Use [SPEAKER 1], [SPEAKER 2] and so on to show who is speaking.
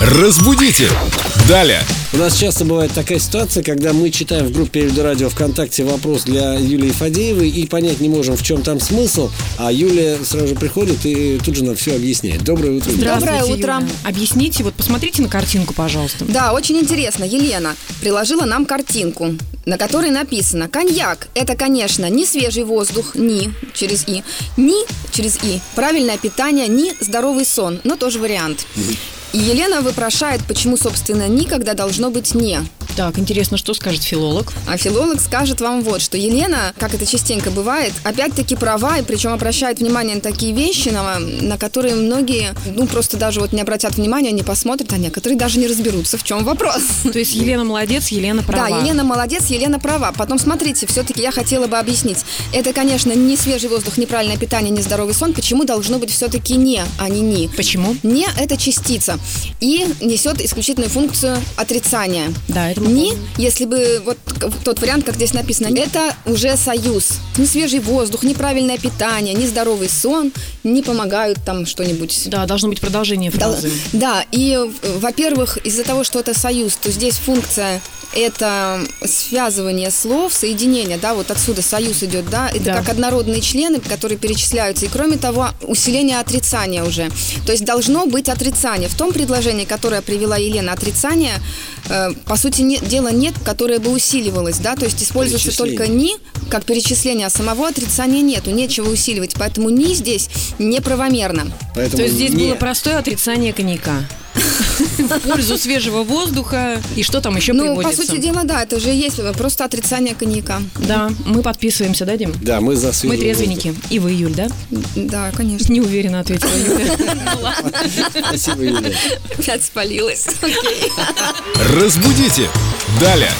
[SPEAKER 1] Разбудите! Далее!
[SPEAKER 2] У нас часто бывает такая ситуация, когда мы читаем в группе Эльдо Радио ВКонтакте вопрос для Юлии Фадеевой и понять не можем, в чем там смысл, а Юлия сразу же приходит и тут же нам все объясняет. Доброе утро. Юля.
[SPEAKER 3] Здравствуйте,
[SPEAKER 4] Доброе утро.
[SPEAKER 3] Юля. Объясните, вот посмотрите на картинку, пожалуйста.
[SPEAKER 4] Да, очень интересно. Елена приложила нам картинку, на которой написано «Коньяк – это, конечно, не свежий воздух, ни через и, ни через и, правильное питание, ни здоровый сон, но тоже вариант». И Елена вопрошает, почему, собственно, «ни», когда должно быть «не».
[SPEAKER 3] Так, интересно, что скажет филолог?
[SPEAKER 4] А филолог скажет вам вот, что Елена, как это частенько бывает, опять-таки права, и причем обращает внимание на такие вещи, на, на которые многие, ну, просто даже вот не обратят внимания, не посмотрят, а некоторые даже не разберутся, в чем вопрос.
[SPEAKER 3] То есть Елена молодец, Елена права.
[SPEAKER 4] Да, Елена молодец, Елена права. Потом, смотрите, все-таки я хотела бы объяснить. Это, конечно, не свежий воздух, неправильное питание, не здоровый сон. Почему должно быть все-таки не, а не ни?
[SPEAKER 3] Почему?
[SPEAKER 4] Не – это частица и несет исключительную функцию отрицания.
[SPEAKER 3] Да, это мы
[SPEAKER 4] Ни,
[SPEAKER 3] помним.
[SPEAKER 4] если бы вот к- тот вариант, как здесь написано, это уже союз. Не свежий воздух, неправильное питание, нездоровый сон не помогают там что-нибудь.
[SPEAKER 3] Да, должно быть продолжение
[SPEAKER 4] Да,
[SPEAKER 3] фразы.
[SPEAKER 4] да, и, э, во-первых, из-за того, что это союз, то здесь функция это связывание слов, соединение, да, вот отсюда союз идет, да, это
[SPEAKER 3] Да.
[SPEAKER 4] как однородные члены, которые перечисляются, и кроме того, усиление отрицания уже. То есть должно быть отрицание. В том предложении, которое привела Елена, отрицание, э, по сути, не- дела нет, которое бы усиливалось, да, то есть используется только «ни», как перечисление, а самого отрицания нету, нечего усиливать, поэтому «ни» здесь неправомерно.
[SPEAKER 2] Поэтому
[SPEAKER 3] То есть здесь
[SPEAKER 2] не.
[SPEAKER 3] было простое отрицание коньяка. В пользу свежего воздуха. И что там еще
[SPEAKER 4] Ну, по
[SPEAKER 3] приводится?
[SPEAKER 4] сути дела, да, это же и есть просто отрицание коньяка.
[SPEAKER 3] Да, мы подписываемся, да, Дим?
[SPEAKER 2] Да, мы за
[SPEAKER 3] Мы
[SPEAKER 2] свежий
[SPEAKER 3] трезвенники. И вы, Юль, да?
[SPEAKER 4] Да, конечно.
[SPEAKER 3] Не уверенно ответила Юля.
[SPEAKER 2] воздух. Спасибо, Юлия.
[SPEAKER 4] Опять спалилась. Окей.
[SPEAKER 1] Разбудите! Далее!